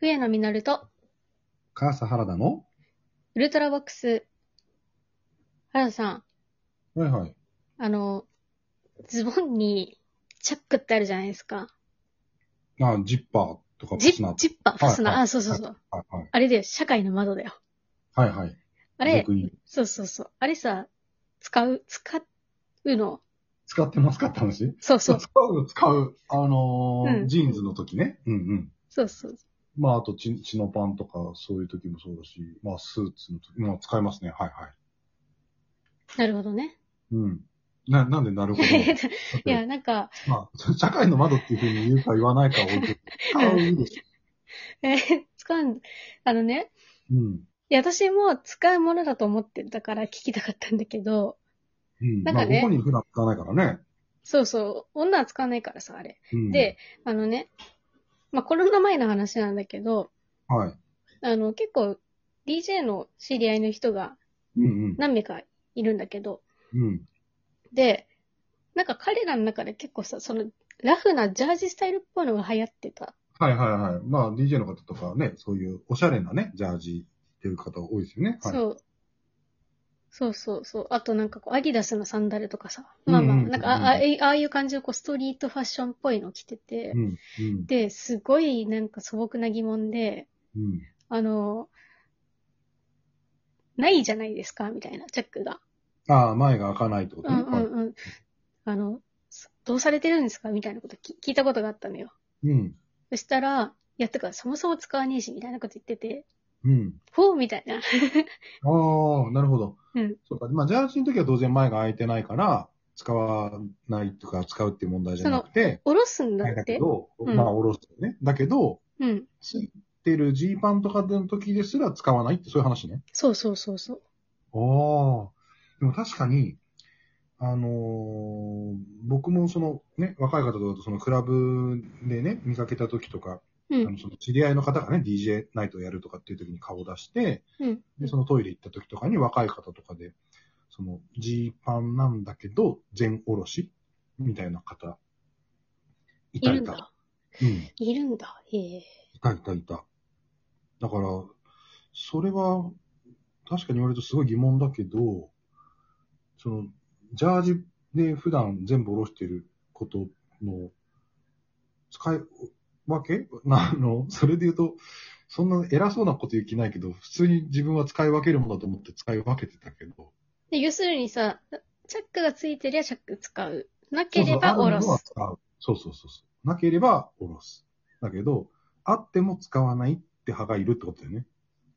笛野実と、母さん原田のウルトラボックス。原田さん、はいはい。あの、ズボンに、チャックってあるじゃないですか。あ、ジッパーとかジスナッージッパー、ファスナー、はいはいあ、そうそうそう。はいはい。あれだよ、社会の窓だよ。はいはい。あれ、俗にそうそうそう。あれさ、使う、使うの。使ってますかって話そうそそうう。。使う、使う。あのーうんジーンズの時ね。うんうん。そうそう。まあ、あとチ、チノパンとか、そういう時もそうだし、まあ、スーツの時も使いますね。はいはなるほどね。い。うん。な、なんでなるほ ど。いだっや、てなんか、まあ、 社会の窓っていうふうに言うか言わないかは 置いといて。使ういいでしえー使うん、あのね、ょ。うん。いや、私も使うものだと思ってたから聞きたかったんだけど、うん。なんまかあ、ねここに普段使わないからね。そうそう、女は使わないからさ、あれ。うん。で、、あのね、まあ、コロナ前の話なんだけど、はい。あの、結構、DJ の知り合いの人がうん何名かいるんだけど、うん。うん。で、なんか彼らの中で結構さ、その、ラフなジャージスタイルっぽいのが流行ってた。はいはいはい。まあ、DJ の方とかね、そういうおしゃれなね、ジャージっていう方多いですよね。はい、そう。そうそうそう。あとなんかこう、アディダスのサンダルとかさ。まあまあ、うんうんなんかあ、ああいああいう感じのこう、ストリートファッションっぽいの着ててう。ん、うん、で、すごいなんか素朴な疑問で、うん。あの、ないじゃないですか、みたいな、チャックが。ああ、前が開かないってことうんね。うんはいうん。あの、そどうされてるんですかみたいなことき聞いたことがあったのよ。うん、そしたら、いや、てか、そもそも使わねえし、みたいなこと言ってて、うん。ほうみたいな。 ああ、なるほど。うん。そうか。まあ、ジャージの時は当然前が開いてないから、使わないとか使うっていう問題じゃなくて、おろすんだだっけて。ど、うんまあ、おろすよね。だけど、うん。ついてるジーパンとかの時ですら使わないって、そういう話ね。そうそうそうそう。ああ、でも確かに、あのー僕もそのね、若い方とそのクラブでね、見かけた時とか、うあん。のその知り合いの方がね、DJ ナイトやるとかっていう時に顔を出して、うん。で、そのトイレ行った時とかに若い方とかで、そのジーパンなんだけど、全おろしみたいな方、いいたるいんた。だ。うん、いるんだ。へえ。いたいたいた。だから、それは、確かに言われるとすごい疑問だけど、その、ジャージで普段全部下ろしてることの、使い分け なあの、それで言うと、そんな偉そうなこと言う気ないけど、普通に自分は使い分けるものだと思って使い分けてたけど、で、要するにさ、チャックがついてりゃチャック使う。なそけうそれうあばるおろものはす。使う。そうそうそうそう。なければおろす。だけど、あっても使わないって派がいるってことだよね。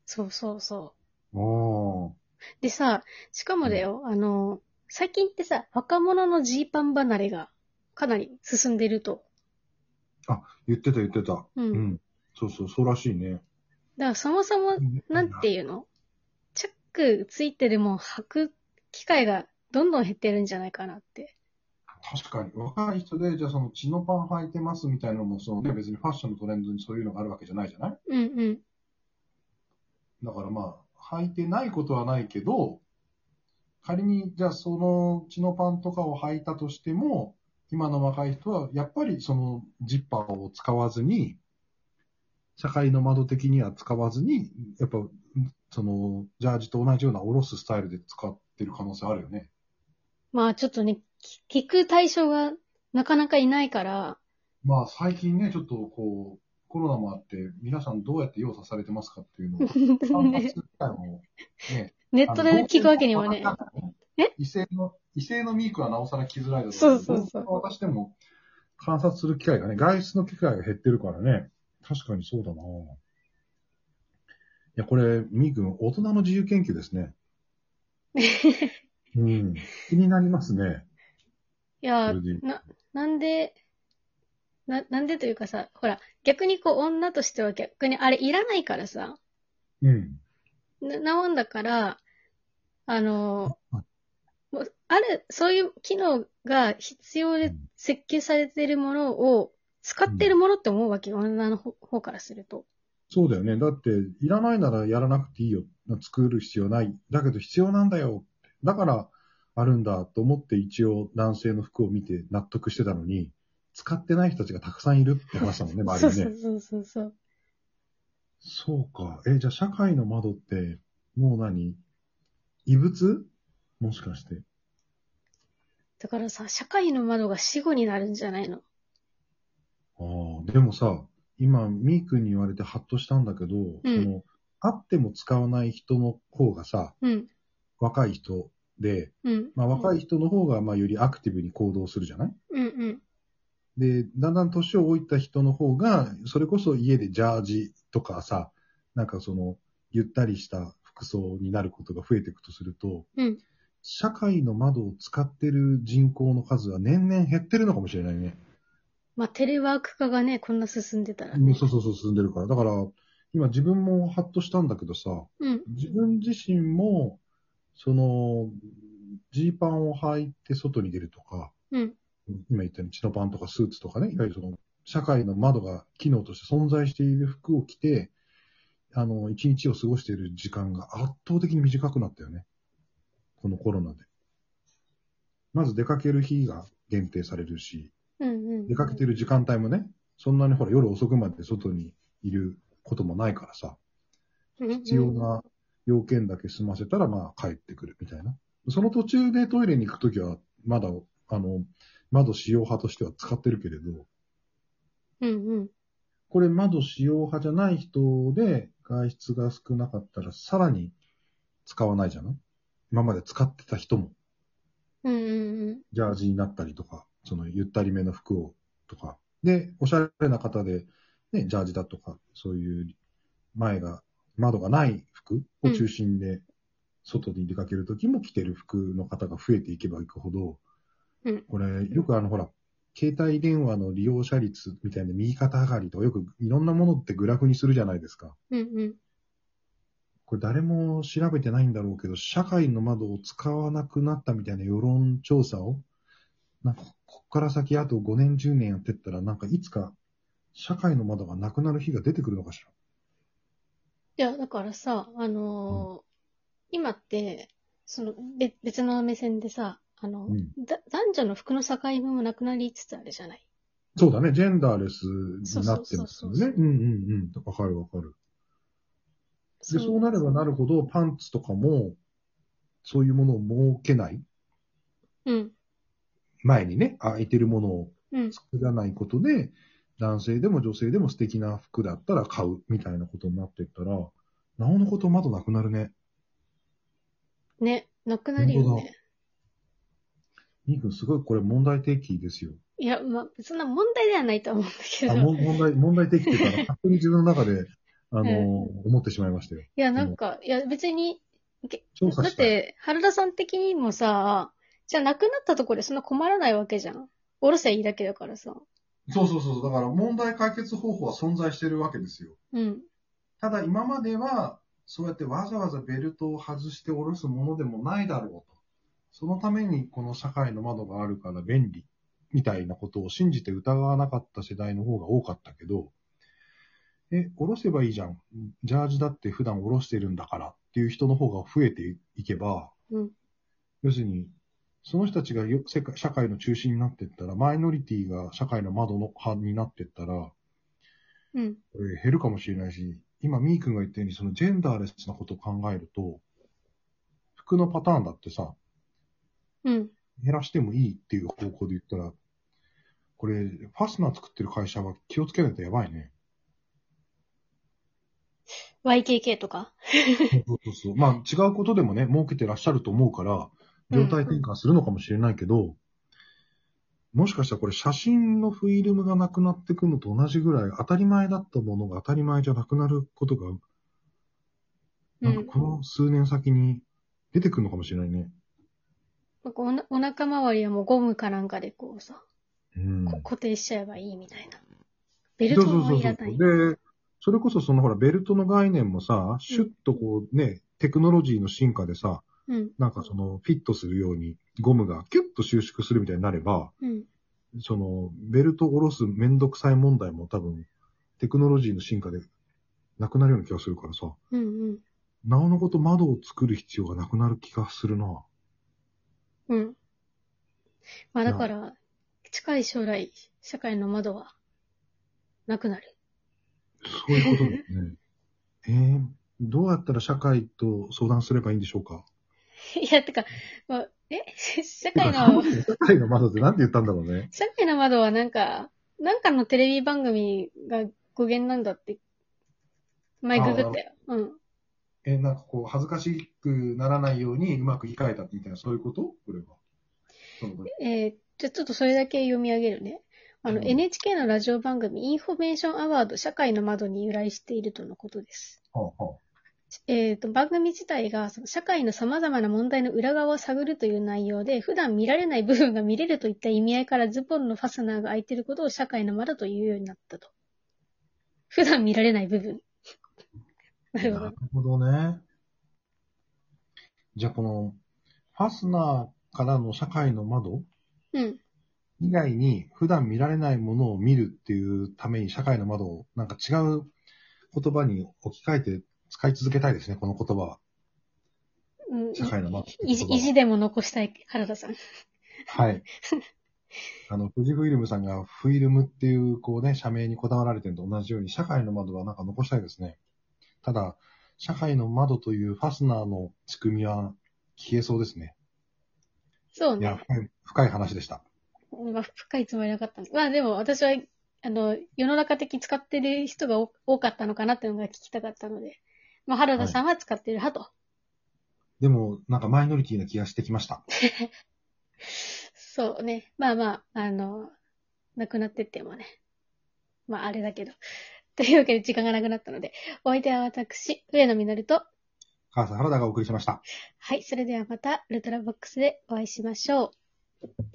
そうそうそああ。う。でさ、しかもだよ、あの、最近ってさ、若者のジーパン離れがかなり進んでると。言ってた言ってた。うん。うん。そうそう、そうらしいね。だからそもそも、なんていうのチャックついてでも履く機会がどんどん減ってるんじゃないかなって。確かに、若い人で、じゃあその、血のパン履いてますみたいなのも、そのね、別にファッションのトレンドにそういうのがあるわけじゃないじゃないうんうん。だからまあ、履いてないことはないけど、仮に、じゃあその、血のパンとかを履いたとしても、今の若い人は、やっぱりその、ジッパーを使わずに、社会の窓的には使わずに、やっぱ、その、ジャージと同じようなおろすスタイルで使ってる可能性あるよね。まあちょっとね、き聞く対象がなかなかいない から、まあ最近ね、ちょっとこう、コロナもあって、皆さんどうやって用さされてますかっていうのを、散髪 ね自体も、ね、ネットで聞くわけにはね。ええ異性の、異性のミークはなおさら来づらいだろそうそうそう私でも観察する機会がね、外出の機会が減ってるからね。確かにそうだなぁいや、これ、ミー君、大人の自由研究で すね。うん。気になりますね。いやこれ、でな、なんで、な、なんでというかさ、ほら、逆にこう女としては逆にあれいらないからさ、うん。な、なもんだから、あの、はもうある、そういう機能が必要で設計されてるものを使ってるものって思うわけよ、女の方方からすると。そうだよね。だって、いらないならやらなくていいよ。作る必要ない。だけど必要なんだよ。だから、あるんだと思って一応男性の服を見て納得して たのに、使ってない人たちがたくさんいるって話だもんね、そ周うりそにね。うそうそうそう。そうか。え、じゃあ社会の窓って、もう何異物もしかして。だからさ、社会の窓が死後になるんじゃないのああ、でもさ、今、みーくんに言われてハッとしたんだけど、うんその、あっても使わない人の方がさ、うん、若い人で、うん、まあ若い人の方が、まあよりアクティブに行動するじゃないうん、うん。で、だんだん年を置いた人の方が、それこそ家でジャージとかさ、なんかその、ゆったりした服装になることが増えていくとすると、うん社会の窓を使ってる人口の数は年々減ってるのかもしれないね。まあ、テレワーク化がね、こんな進んでたらうんね。そうそうそう、進んでるから。だから、今自分もハッとしたんだけどさ、うん、自分自身も、その、ジーパンを履いて外に出るとか、うん、今言ったようにチノパンとかスーツとかね、いわゆるその、社会の窓が機能として存在している服を着て、あの、一日を過ごしている時間が圧倒的に短くなったよね。このコロナで。まず出かける日が限定されるし、うん、うん。出かけてる時間帯もね、そんなにほら夜遅くまで外にいることもないからさ、必要な要件だけ済ませたらまあ帰ってくるみたいな。その途中でトイレに行くときはまだ、あの、窓使用派としては使ってるけれど、うん、うん。これ窓使用派じゃない人で外出が少なかったらさらに使わないじゃない今まで使ってた人もうん、うん、うん。ジャージになったりとか、そのゆったりめの服をとか、で、おしゃれな方で、ね、ジャージだとか、そういう前が、窓がない服を中心で、外に出かけるときも着てる服の方が増えていけばいくほど、うんこれ、よくあの、ほら、携帯電話の利用者率みたいな右肩上がりとか、よくいろんなものってグラフにするじゃないですか。うん、うん。これ誰も調べてないんだろうけど、社会の窓を使わなくなったみたいな世論調査を、なんか、こっから先あと5年、10年やってったら、なんかいつか、社会の窓がなくなる日が出てくるのかしら。いや、だからさ、あのー今って、その、べ別の目線でさ、あの、うんだ男女の服の境目もなくなりつつあるじゃない。そうだね、ジェンダーレスになってますそうそうそようそね。ううんうんうん。わかるわかる。で、のそうなればなるほど、パンツとかも、そういうものを設けない。うん、前にね、空いてるものをうん、作らないことで、男性でも女性でも素敵な服だったら買うみたいなことになってったら、なおのこと窓なくなるね。ね、なくなるよ本当ね。みーくんすごいこれ問題提起で すよ。いや、まあ、そんな問題ではないとは思うんだけあど、もん問題、問題提起っていうか、 勝手に自分の中で、あのーええ思ってしまいましたよ。いや、なんか、いや、別に、け調査だっしたい。て、原田さん的にもさ、じゃあなくなったところでそんな困らないわけじゃん。おろせばいいだけだからさ。そうそうそう。だから問題解決方法は存在してるわけですよ。うん、ただ今までは、そうやってわざわざベルトを外して下ろすものでもないだろうと。そのためにこの社会の窓があるから便利みたいなことを信じて疑わなかった世代の方が多かったけど、え、下ろせばいいじゃん。ジャージだって普段下ろしてるんだからっていう人の方が増えていけば、うん要するに、その人たちがよ世界社会の中心になっていったら、マイノリティが社会の窓の派になっていったら、うん、これ減るかもしれないし、今、みーくんが言ったように、そのジェンダーレスなことを考えると、服のパターンだってさ、うん。減らしてもいいっていう方向で言ったら、これ、ファスナー作ってる会社は気をつけないとやばいね。 YKK とかそうそうそう。まあ、違うことでもね、儲けてらっしゃると思うから、業態転換するのかもしれないけど、もしかしたらこれ写真のフィルムがなくなってくるのと同じぐらい当たり前だったものが当たり前じゃなくなることがなんかこの数年先に出てくるのかもしれないね。なんかおなお腹周りはもうゴムかなんかでこうさ、うん。こ固定しちゃえばいいみたいな。ベルトもいらない。で、それこそそのほら、ベルトの概念もさ、シュッとこうね、テクノロジーの進化でさ、うん、なんかそのフィットするようにゴムがキュッと収縮するみたいになれば、うん、そのベルトを下ろすめんどくさい問題も多分、テクノロジーの進化でなくなるような気がするからさ、うん、うん。なおのこと窓を作る必要がなくなる気がするな。うん。まあだから、近い将来、社会の窓は、なくなる。 そういうことだよね。えー、どうやったら社会と相談すればいいんでしょうかいや、てか、まあ、え 社て会かそもの、そも社会の窓ってなんて言ったんだろうね。社会の窓はなんか、なんかのテレビ番組が語源なんだって、前あグーグったよ。うん。えーなんかこう、恥ずかしくならないようにうまく控えたみたいな、そういうことこれは。そのえーじゃあちょっとそれだけ読み上げるね。あの、うん NHK のラジオ番組、インフォメーションアワード、社会の窓に由来しているとのことです。はあはあえーと、番組自体が、その社会の様々な問題の裏側を探るという内容で、普段見られない部分が見れるといった意味合いから、ズボンのファスナーが開いていることを社会の窓というようになったと。普段見られない部分。なるほなどる。ほどね。じゃあ、この、ファスナーからの社会の窓うん。以外に、普段見られないものを見るっていうために、社会の窓をなんか違う言葉に置き換えて使い続けたいですね、この言葉は。うん、社会の窓って意言葉地は。意地でも残したい原田さん。はい。あの、富士フイルムさんがフィルムっていう、こうね、社名にこだわられてるのと同じように、社会の窓はなんか残したいですね。ただ、社会の窓というファスナーの仕組みは消えそうですね。そういねや、。深い深い話でした。まあ、深いつもりはなかったんです。まあでも私は、あの、世の中的に使ってる人が多多かったのかなっていうのが聞きたかったので、まあ原田さんは使ってる派と。でも、なんかマイノリティな気がしてきました。そうね。まあまあ、あの、亡くなってってもね。まああれだけど。というわけで時間がなくなったので、お相手は私、上野実と、母さん原田がお送りしました。はい、それではまたウルトラボックスでお会いしましょう。